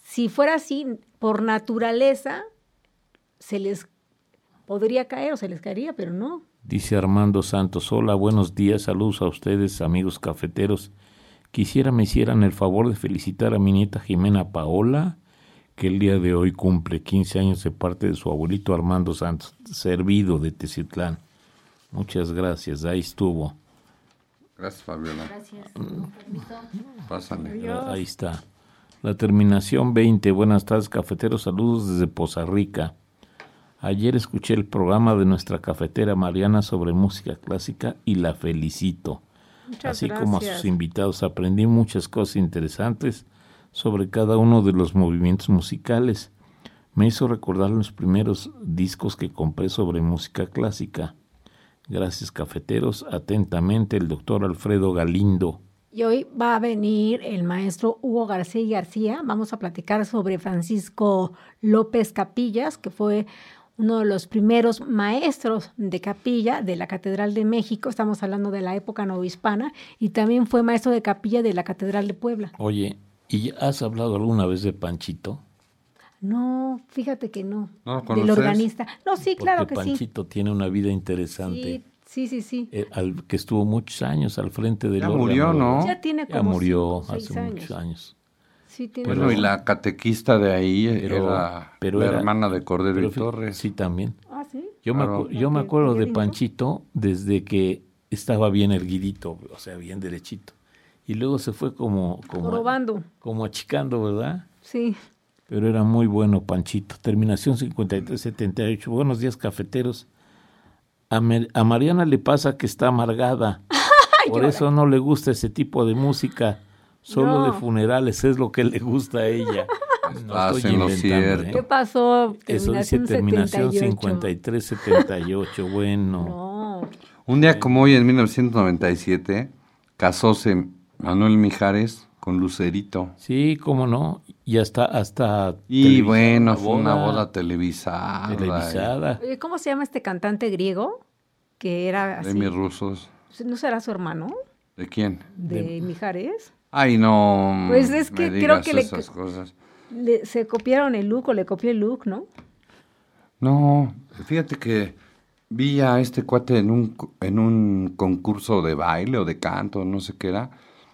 Si fuera así, por naturaleza, se les podría caer o se les caería, pero no.
Dice Armando Santos, hola, buenos días, saludos a ustedes, amigos cafeteros. Quisiera me hicieran el favor de felicitar a mi nieta Jimena Paola, que el día de hoy cumple 15 años de parte de su abuelito Armando Santos, servido de Tecitlán. Muchas gracias, ahí estuvo,
Gracias, Fabiola.
Gracias.
Pásale.
ahí está. La terminación 20, buenas tardes cafeteros, saludos desde Poza Rica. Ayer escuché el programa de nuestra cafetera Mariana sobre música clásica y la felicito.
Muchas
así
gracias.
como a sus invitados. Aprendí muchas cosas interesantes sobre cada uno de los movimientos musicales. Me hizo recordar los primeros discos que compré sobre música clásica. Gracias, cafeteros. Atentamente, el doctor Alfredo Galindo.
Y hoy va a venir el maestro Hugo García y García. Vamos a platicar sobre Francisco López Capillas, que fue uno de los primeros maestros de capilla de la Catedral de México. Estamos hablando de la época novohispana. Y también fue maestro de capilla de la Catedral de Puebla.
Oye, ¿y ya has hablado alguna vez de Panchito?
No, fíjate que no.
¿No lo
Del
conoces?
organista. No, sí, claro
Porque
que sí.
Panchito tiene una vida
sí.
interesante.
Sí, sí, sí.
eh, al- que estuvo muchos años al frente del
Ya
órgano.
murió, ¿no?
Ya tiene
Ya
como
murió
cinco,
hace
seis años.
muchos años.
Sí, tiene
Bueno, y la catequista de ahí
Pero-
era
pero
la
era-
hermana de Cordero
Pero
y
fí-
Torres.
Sí, también.
Ah, sí.
Yo, me,
Claro.
acu- yo me
Ok,
acuerdo
ya
de
vino.
Panchito desde que estaba bien erguidito, o sea, bien derechito. Y luego se fue como, como,
Jorobando.
como achicando, ¿verdad?
Sí.
Pero era muy bueno Panchito. Terminación 5378. Buenos días, cafeteros. A, Mer- a Mariana le pasa que está amargada. Por eso no le gusta ese tipo de música. Solo
No.
de funerales es lo que le gusta a ella.
Estás en Ah, lo
inventando, ¿eh?
cierto.
¿Qué pasó?
Eso dice terminación 5378. Bueno.
No,
Un día como hoy, en 1997, casóse Manuel Mijares con Lucerito.
Sí, cómo no. Y hasta hasta
Y
televisada,
bueno, fue una boda televisada. eh.
televisada.
Oye, ¿Cómo se llama este cantante griego? Que era
eh,
así.
De mis rusos.
¿No será su hermano?
¿De quién?
De, Mijares.
Ay, no.
Pues es que
me
creo
digas
que le-
esas cosas.
Le- se copiaron el look o le copió el look, ¿no?
No, fíjate que vi a este cuate en un, co- en un concurso de baile o de canto, no sé qué era.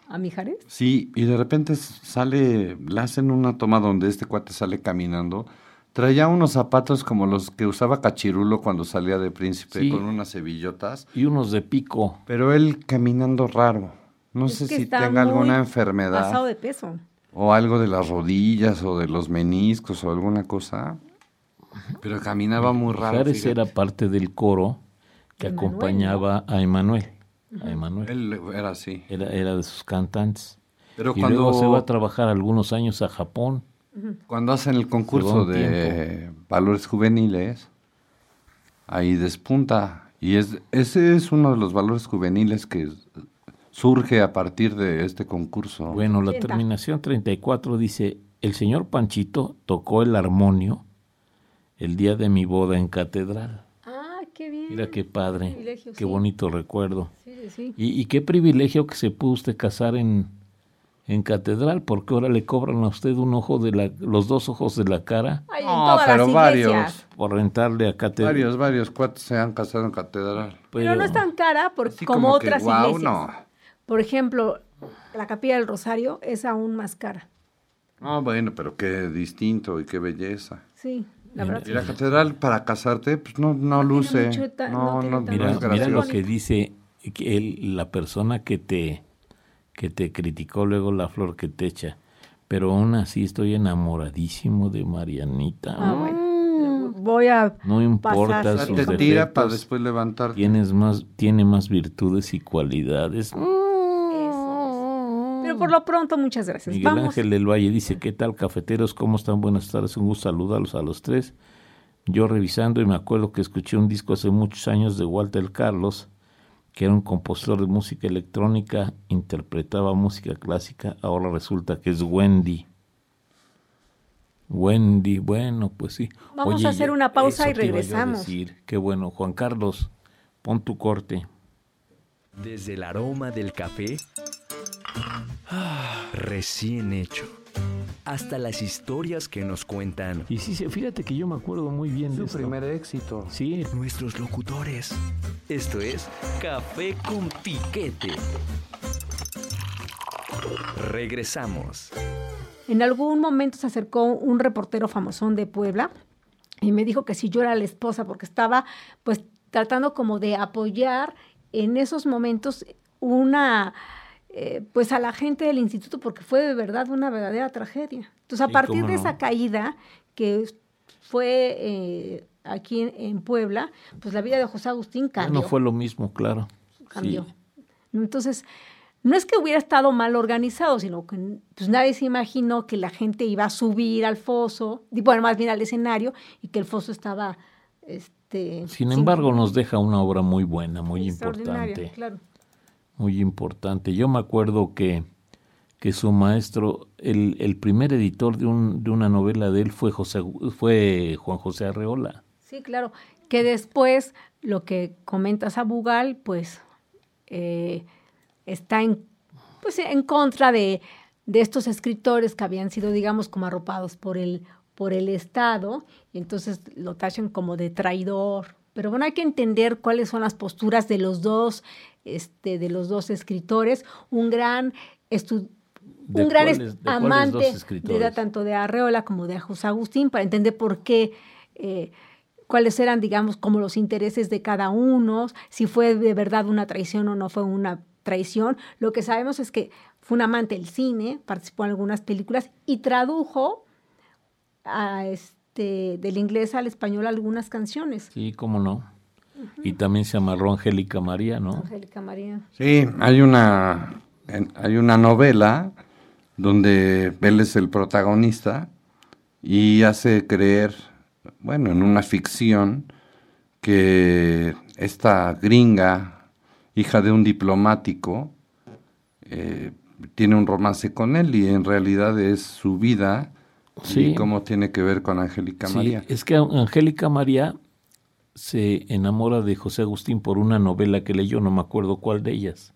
¿A Mijares?
Sí, y de repente s- sale, le hacen una toma donde este cuate sale caminando. Traía unos zapatos como los que usaba Cachirulo cuando salía de príncipe,
Sí.
con unas cebillotas,
Y unos de pico.
pero él caminando raro. No
Es
sé
que
si
está
tenga alguna
muy
enfermedad
Pasado de peso.
o algo de las rodillas o de los meniscos o alguna cosa, pero caminaba muy raro.
Mijares
fíjate.
era parte del coro que
Emanuel, ¿no?
acompañaba a Emanuel. A Emanuel.
Él era así.
Era, era de sus cantantes.
Pero
y
cuando,
luego se va a trabajar algunos años a Japón.
cuando hacen el concurso
un
de valores juveniles, ahí despunta. Y es, ese es uno de los valores juveniles que s- surge a partir de este concurso.
Bueno, la
Ochenta.
terminación 34 dice, el señor Panchito tocó el armonio el día de mi boda en catedral.
Ah, qué bien.
Mira qué padre,
privilegio,
qué
sí.
bonito recuerdo.
Sí, sí, sí.
Y, y qué privilegio que se pudo usted casar en, en catedral, porque ahora le cobran a usted un ojo de la, los dos ojos de la cara
Ay, en
No,
todas
pero
las
varios.
iglesias.
por rentarle a catedral.
varios, varios cuates se han casado en catedral.
Pero, no es tan cara por,
Así
como,
que,
otras
guau,
iglesias.
no.
Por ejemplo, la Capilla del Rosario es aún más cara.
No, bueno, pero qué distinto y qué belleza.
Sí, la
Mira,
Y
verdad.
la catedral para casarte, pues no, no luce.
mucho ta-
No,
no
no,
tiene tanto.
Mira,
no, es
Pero
mira lo
gracioso.
que dice que el- la persona que te, que te criticó luego la flor que te echa. Pero aún así estoy enamoradísimo de Marianita.
Ah, bueno. Voy a...
No importa
O
Pasar.
sea,
sus
te tira para
defectos,
después levantarte.
tienes más, tiene más virtudes y cualidades.
Eso, eso. Pero por lo pronto, muchas gracias.
Miguel
Pues Vamos.
Ángel del Valle dice, ¿qué tal cafeteros? ¿Cómo están? Buenas tardes, un gusto saludarlos a los tres. Yo revisando y me acuerdo que escuché un disco hace muchos años de Walter Carlos, que era un compositor de música electrónica, interpretaba música clásica, ahora resulta que es Wendy. Wendy, bueno, pues sí.
Vamos a hacer
yo-
una pausa
eso
y
te iba yo a
regresamos.
decir. Qué bueno, Juan Carlos, pon tu corte.
Desde el aroma del café ah, recién hecho hasta las historias que nos cuentan
Y sí, fíjate que yo me acuerdo muy bien de
éxito.
Sí,
nuestros locutores. Esto es Café con Piquete. Regresamos.
En algún momento se acercó un reportero famosón de Puebla y me dijo que si yo era la esposa, porque estaba pues tratando como de apoyar en esos momentos una eh, pues a la gente del instituto, porque fue de verdad una verdadera tragedia. Entonces, a
Sí,
partir
cómo
de
no.
esa caída que fue eh, aquí en, en Puebla, pues la vida de José Agustín
ya
cambió
no fue lo mismo, claro.
cambió.
Sí.
Entonces, no es que hubiera estado mal organizado, sino que pues, nadie se imaginó que la gente iba a subir al foso, di- bueno, más bien al escenario, y que el foso estaba... Este,
Sin embargo, nos deja una obra muy buena, muy
extraordinaria,
importante,
Claro.
muy importante. Yo me acuerdo que, que su maestro, el, el primer editor de, un, de una novela de él fue, José, fue Juan José Arreola.
Sí, claro. Que después lo que comentas a Bugal, pues eh, está en, pues, en contra de, de estos escritores que habían sido, digamos, como arropados por el, por el Estado, y entonces lo tachan como de traidor. Pero bueno, hay que entender cuáles son las posturas de los dos, este, de los dos escritores. Un gran estu-
¿De
un gran es-
cuáles- de cuáles
amante
dos
de
escritores?
la- tanto de Arreola como de José Agustín para entender por qué, eh, cuáles eran, digamos, como los intereses de cada uno, si fue de verdad una traición o no fue una traición. Lo que sabemos es que fue un amante del cine, participó en algunas películas y tradujo a este, del inglés al español algunas canciones.
Sí, cómo no. Y también se amarró Angélica María, ¿no?
Angélica María.
Sí, hay una, en- hay una novela donde él es el protagonista y hace creer, bueno, en una ficción, que esta gringa, hija de un diplomático, eh, tiene un romance con él y en realidad es su vida y
Sí.
cómo tiene que ver con Angélica
Sí,
María.
es que Angélica María se enamora de José Agustín por una novela que leyó, no me acuerdo cuál de ellas,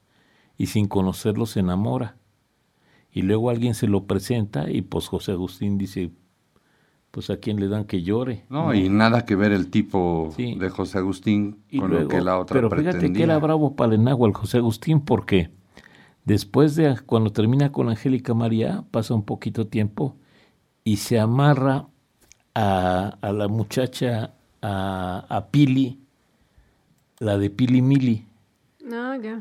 y sin conocerlo se enamora. Y luego alguien se lo presenta y pues José Agustín dice, pues a quién le dan que llore.
No, y nada que ver el tipo
Sí.
de José Agustín
Y
con lo
luego-
que la otra
pero
pretendía.
fíjate que era bravo para el náhuatl José Agustín porque después de cuando termina con Angélica María pasa un poquito tiempo y se amarra a, a la muchacha a, a Pili la de Pili Mili
No, ya.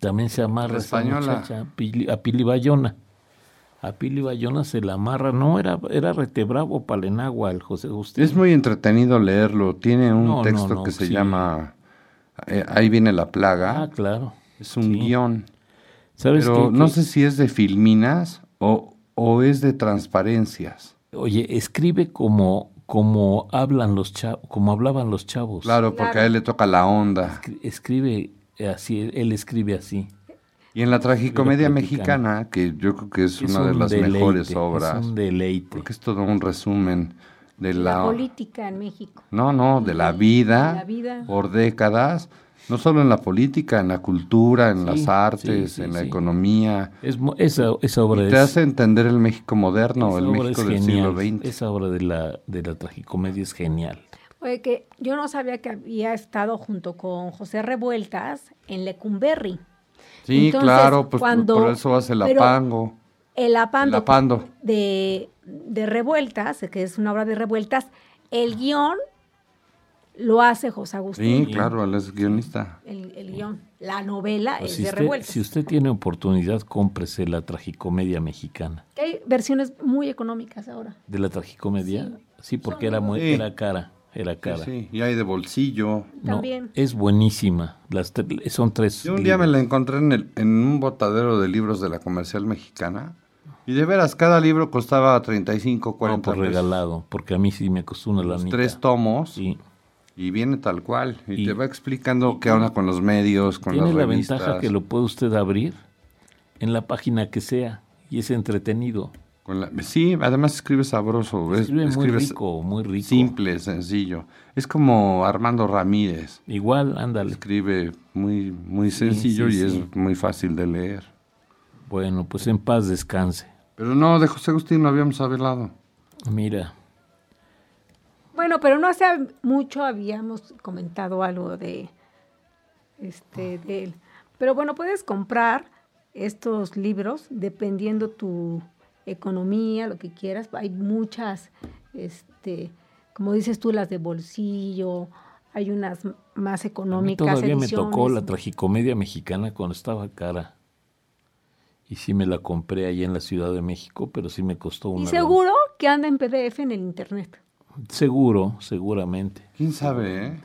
también se amarra
La
esa
española.
muchacha, a Pili, a Pili Bayona a Pili Bayona se la amarra no era era retebravo para el náhuatl José Agustín
Es muy entretenido leerlo. Tiene un
No, no,
texto
no,
que se
sí.
llama eh, Ahí viene la plaga.
ah claro
es un
sí.
guión.
sabes
Pero
qué?
no
Que-
sé si es de Filminas o, o es de Transparencias.
Oye, escribe como, como hablan los chavos, como hablaban los chavos.
Claro, porque a él le toca la onda.
Escri- Escribe así, él escribe así.
Y en la tragicomedia
platicamos.
mexicana, que yo creo que es,
Es
una de
un
las
deleite,
mejores obras,
Es un deleite.
porque es todo un resumen de la,
La política en México.
No, no, de la vida,
De la vida.
por décadas, no solo en la política, en la cultura, en las
sí,
artes,
sí,
en la
sí.
economía.
Es mo- esa, esa obra
Te
es,
hace entender el México moderno,
esa
el
obra
México
es
del
genial.
siglo XX.
Esa obra de la, de la tragicomedia es genial.
Oye, que yo no sabía que había estado junto con José Revueltas en Lecumberri.
Sí,
Entonces,
claro, pues
cuando-
por eso hace el
pero-
apango.
El apando,
El apando.
De, de Revueltas, que es una obra de Revueltas,
Ah.
el guión lo hace José
Sí,
Agustín.
claro, él es guionista.
El, el guión. La novela
Pues
es
si,
de
usted,
Revueltas.
si usted tiene oportunidad, cómprese la tragicomedia mexicana.
Que Hay versiones muy económicas ahora.
¿De la tragicomedia? Sí, porque era, muy,
Sí.
era cara. Era
Sí,
cara.
sí, y hay de bolsillo.
No,
También.
es buenísima. Las tre- son tres.
Yo un día me
libros.
la encontré en, el- en un botadero de libros de la comercial mexicana. Y de veras, cada libro costaba 35, 40
No, por
pesos.
regalado, porque a mí sí me costó una lanita.
pues. Tres tomos.
Sí.
Y viene tal cual. Y,
Y-
te va explicando qué onda con los medios, con
Tiene
las
la
revistas.
ventaja que lo puede usted abrir en la página que sea y es entretenido.
con la- sí, además escribe sabroso. es-
Escribe muy
escribe
rico, muy rico.
Pues, simple, sencillo. Es como Armando Ramírez.
Igual, ándale.
Escribe muy, muy sencillo
sí,
y
sí.
es muy fácil de leer.
Bueno, pues en paz descanse.
Pero no, de José Agustín no habíamos hablado.
Mira,
Bueno, pero no hace mucho habíamos comentado algo de este
Ah.
de él. Pero bueno, puedes comprar estos libros dependiendo tu economía, lo que quieras. Hay muchas, este, como dices tú, las de bolsillo, hay unas m- más
a mí
económicas.
todavía me
ediciones.
tocó la tragicomedia mexicana cuando estaba cara. Y sí me la compré allá en la Ciudad de México, pero sí me costó una.
Y
lana.
seguro que anda en PDF en el internet.
Seguro, seguramente.
¿Quién sabe, eh?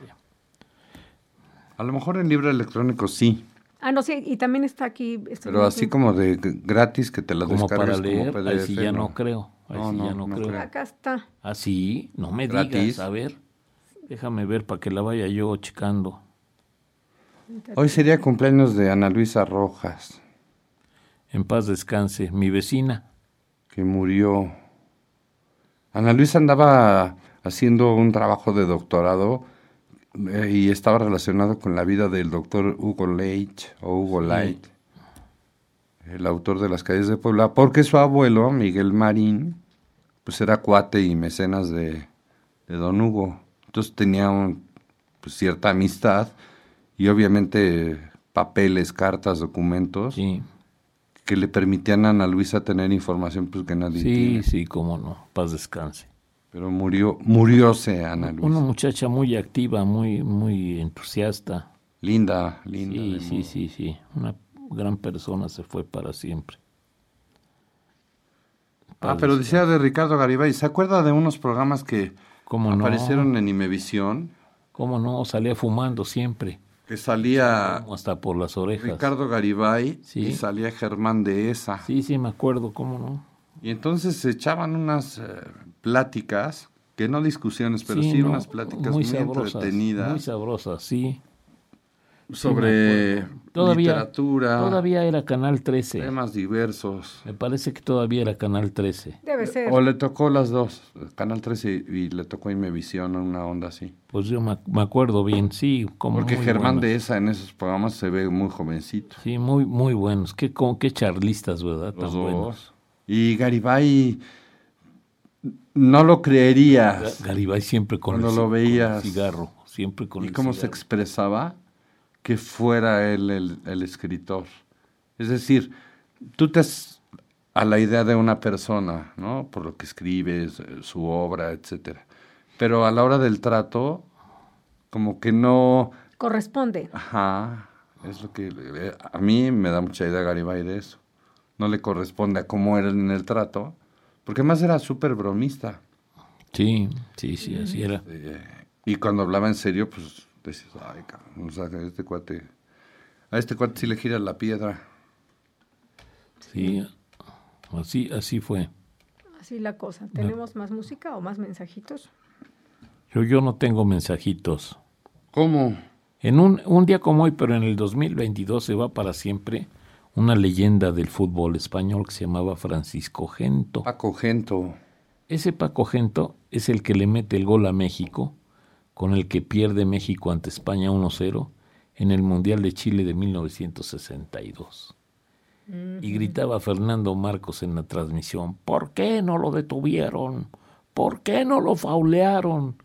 A lo mejor en libro electrónico sí,
Ah, no, sí, y también está aquí. esto
pero
no
así
tengo-
como de g- gratis que te la
Como
descargas
para leer,
como
ahí
PDF.
sí ya no, creo. Ahí
No,
sí ya
no,
no,
no
creo.
creo.
Acá está.
Ah, sí, no me
Gratis.
digas, a ver. Déjame ver para que la vaya yo checando.
Hoy sería cumpleaños de Ana Luisa Rojas,
En paz descanse, mi vecina.
que murió. Ana Luisa andaba haciendo un trabajo de doctorado eh, y estaba relacionado con la vida del doctor Hugo Leitch o Hugo Light, el autor de Las calles de Puebla, porque su abuelo, Miguel Marín, pues era cuate y mecenas de, de don Hugo. Entonces tenía un- pues, cierta amistad y obviamente papeles, cartas, documentos
Sí,
que le permitían a Ana Luisa tener información pues que nadie
sí,
tiene.
sí, cómo no. Paz descanse.
Pero murió, murióse Ana Luisa.
Una muchacha muy activa, muy, muy entusiasta.
Linda, linda.
Sí,
de
sí,
modo.
sí, sí. Una gran persona se fue para siempre.
Ah, pero decía de Ricardo Garibay, ¿se acuerda de unos programas que
¿Cómo no?
aparecieron en Imevisión?
¿Cómo no? Salía fumando siempre.
Que salía
como hasta por las orejas.
Ah. Ricardo Garibay
Sí.
y salía Germán Dehesa.
Sí, sí, me acuerdo, ¿cómo no?
Y entonces se echaban unas eh, pláticas, que no discusiones, pero sí,
no,
unas pláticas muy, entretenidas
Muy sabrosas, sí.
sobre
Todavía,
literatura,
Todavía era Canal 13.
temas diversos.
Me parece que todavía era Canal 13.
Debe ser.
O le tocó las dos, Canal 13 y, y le tocó Imevisión, una onda así.
Pues yo me, me acuerdo bien, sí. Como
Porque
muy
Germán
buenas.
de esa en esos programas se ve muy jovencito.
Sí, muy, muy buenos. Qué, con, qué charlistas, ¿verdad?
Los
Tan buenos.
dos. Y Garibay No lo creerías.
Garibay siempre con,
Cuando
el,
lo
con el
veías.
cigarro, siempre con
¿Y
el
cómo se
cigarro.
expresaba que fuera él el, el escritor? Es decir, tú te has- a la idea de una persona, ¿no? Por lo que escribes, eh, su obra, etcétera. Pero a la hora del trato, como que no,
Corresponde.
ajá, es lo que eh, a mí me da mucha idea Garibay de eso. No le corresponde a cómo era en el trato, porque más era súper bromista. Eh,
Sí, sí, sí, así era.
Y cuando hablaba en serio, pues decías, ay, cabrón, o sea, que este cuate, a este cuate sí le giras la piedra.
Sí, así, así fue.
Así la cosa. ¿Tenemos más música o más mensajitos?
Yo, yo no tengo mensajitos.
¿Cómo?
En un, un día como hoy, pero en el 2022 se va para siempre una leyenda del fútbol español que se llamaba Francisco Gento.
Paco Gento.
Ese Paco Gento es el que le mete el gol a México, con el que pierde México ante España 1-0 en el Mundial de Chile de 1962. Y gritaba Fernando Marcos en la transmisión, ¿por qué no lo detuvieron? ¿Por qué no lo faulearon?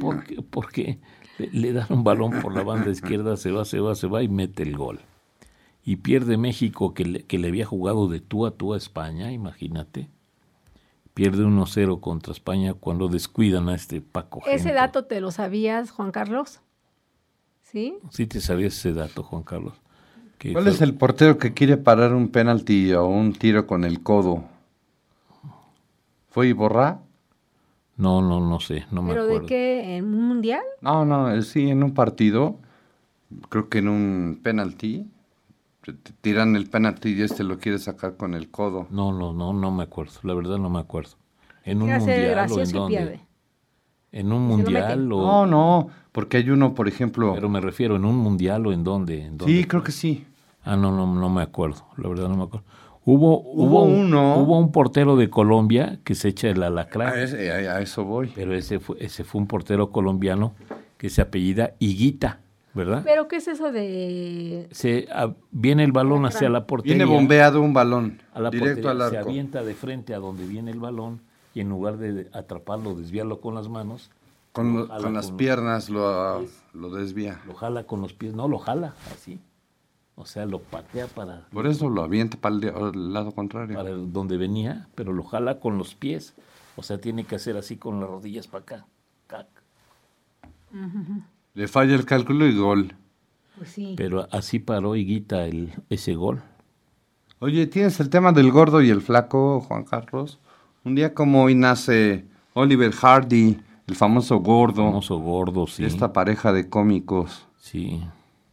¿Por qué, por qué le, le dan un balón por la banda izquierda, se va, se va, se va y mete el gol? Y pierde México que le, que le había jugado de tú a tú a España, imagínate pierde 1-0 contra España cuando descuidan a este Paco.
Ese
Gento.
dato te lo sabías, Juan Carlos. ¿Sí?
Sí te sabías ese dato, Juan Carlos. Que
¿Cuál
fue-
es el portero que quiere parar un penalti o un tiro con el codo? ¿Fue Iborra?
No, no, no sé, no me
¿Pero
acuerdo.
de qué? ¿En un mundial?
No, no, él sí, en un partido, creo que en un penalti, te- te tiran el penalti y este lo quiere sacar con el codo.
No, no, no, no me acuerdo. La verdad no me acuerdo. En un
Quiere hacer el
mundial o en
gracioso y
dónde?
pierde.
En un
Se lo
mundial
mete.
o
No, no, porque hay uno, por ejemplo.
pero me refiero en un mundial o en dónde, en dónde.
Sí, creo que sí.
Ah, no, no, no me acuerdo. La verdad no me acuerdo. Hubo, hubo,
Hubo
un-
uno. Ah,
Hubo un portero de Colombia que se echa el alacrán.
A, ese- a- a eso voy.
Ah, Pero ese fue, ese fue un portero colombiano que se apellida Higuita, ¿verdad?
¿Pero qué es eso de...?
Se, a- viene el balón hacia la portería.
Viene bombeado un balón
a la
directo
portería,
al
Se
arco.
avienta de frente a donde viene el balón y en lugar de atraparlo, desviarlo con las manos,
Con, lo-
Jala
con las
con-
piernas lo, lo desvía.
lo jala con los pies. No, lo jala así. O sea, lo patea para,
Por eso lo avienta para el, de- al lado contrario.
para donde venía, pero lo jala con los pies. O sea, tiene que hacer así con las rodillas para acá. Cac.
Le falla el cálculo y gol.
Pues sí.
Pero así paró Higuita el, ese gol.
Oye, tienes el tema del gordo y el flaco, Juan Carlos. Un día como hoy nace Oliver Hardy, el famoso gordo,
Famoso gordo, sí.
esta pareja de cómicos
Sí.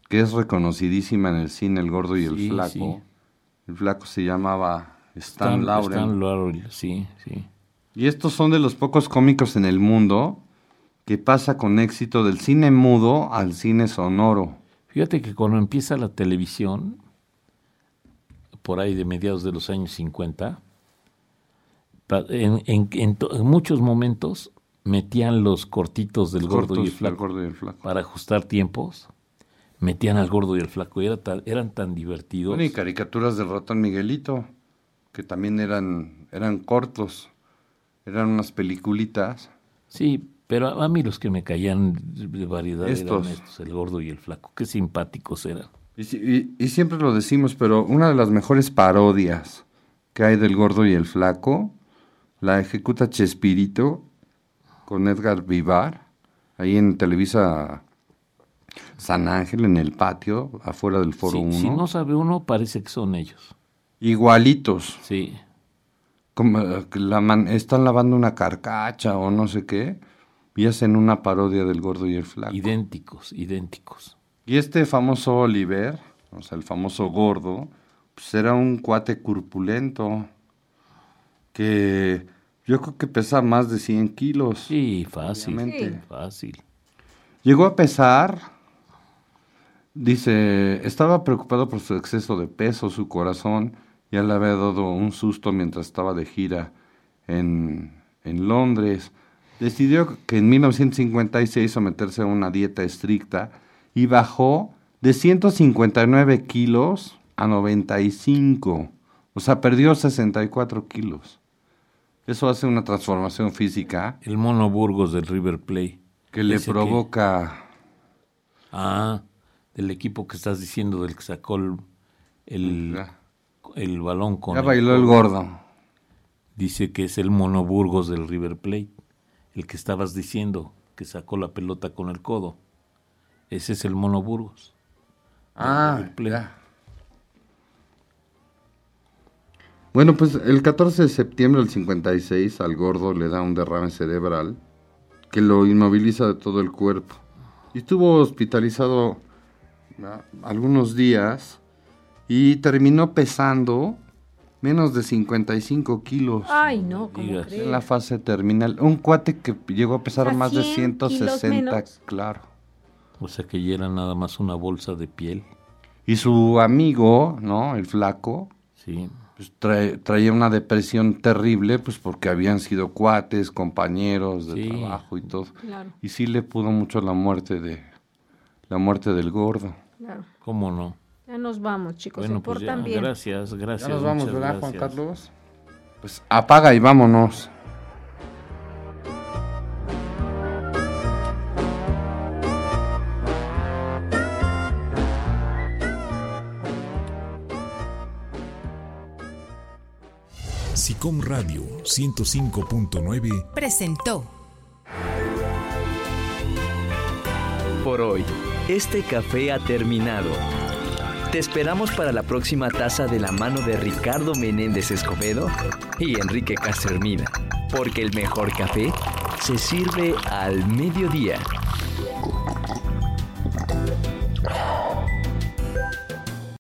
que es reconocidísima en el cine, el gordo y el
Sí,
flaco.
sí.
El flaco se llamaba Stan, Lauren.
Stan Laurel, sí, sí.
Y estos son de los pocos cómicos en el mundo que pasa con éxito del cine mudo al cine sonoro.
Fíjate que cuando empieza la televisión, por ahí de mediados de los años 50, pa- en, en- en to- en muchos momentos metían los cortitos del gordo
Cortos
y el
del
flaco
Gordo y el Flaco.
para ajustar tiempos. Metían al gordo y al flaco y era tan- eran tan divertidos.
Bueno, y caricaturas del ratón Miguelito, que también eran, eran cortos, eran unas peliculitas.
Sí, pero a, a mí los que me caían de variedad
Estos.
eran estos, el gordo y el flaco. Qué simpáticos eran.
Y, si- y- y siempre lo decimos, pero una de las mejores parodias que hay del gordo y el flaco la ejecuta Chespirito con Edgar Vivar, ahí en Televisa San Ángel, en el patio, afuera del Foro
Sí,
1.
si no sabe uno, parece que son ellos.
Igualitos.
Sí.
como, eh, que la man- están lavando una carcacha o no sé qué, y hacen una parodia del gordo y el flaco. Y,
Idénticos, idénticos.
este famoso Oliver, o sea, el famoso gordo, pues era un cuate corpulento que yo creo que pesa más de 100 kilos.
Sí, fácil.
Obviamente.
Fácil.
Llegó a pesar, dice, estaba preocupado por su exceso de peso, su corazón ya le había dado un susto mientras estaba de gira en, en Londres. Decidió que en 1956 someterse a una dieta estricta y bajó de 159 kilos a 95. O sea, perdió 64 kilos. Eso hace una transformación física
El mono Burgos del River Play.
que le
Ese
provoca...
Ah, del equipo que estás diciendo, del que sacó el, el,
Ya.
el balón con...
Ya
el-
bailó el gordo.
Dice que es el mono Burgos del River Plate, el que estabas diciendo, que sacó la pelota con el codo. Ese es el mono Burgos.
Ah,
River Plate.
ya. Bueno, pues el 14 de septiembre del 56 al gordo le da un derrame cerebral que lo inmoviliza de todo el cuerpo. Y estuvo hospitalizado ah, algunos días y terminó pesando menos de 55 kilos
Ay, no, ¿cómo
digas.
crees?
en la fase terminal. Un cuate que llegó a pesar
O sea,
más de
100 kilos
160,
menos.
claro.
O sea que ya era nada más una bolsa de piel.
Y su amigo, ¿no? El flaco,
Sí,
pues, trae- traía una depresión terrible, pues porque habían sido cuates, compañeros de
Sí.
trabajo y todo.
Claro,
Y sí le pudo mucho la muerte de la muerte del gordo.
claro.
cómo no.
Ya nos vamos, chicos.
Bueno,
se
pues ya,
portan bien.
gracias, gracias. muchas gracias.
Carlos? Pues apaga y vámonos.
SICOM Radio 105.9
presentó
Por hoy, este café ha terminado. Te esperamos para la próxima taza de la mano de Ricardo Menéndez Escobedo y Enrique Castermina, porque el mejor café se sirve al mediodía.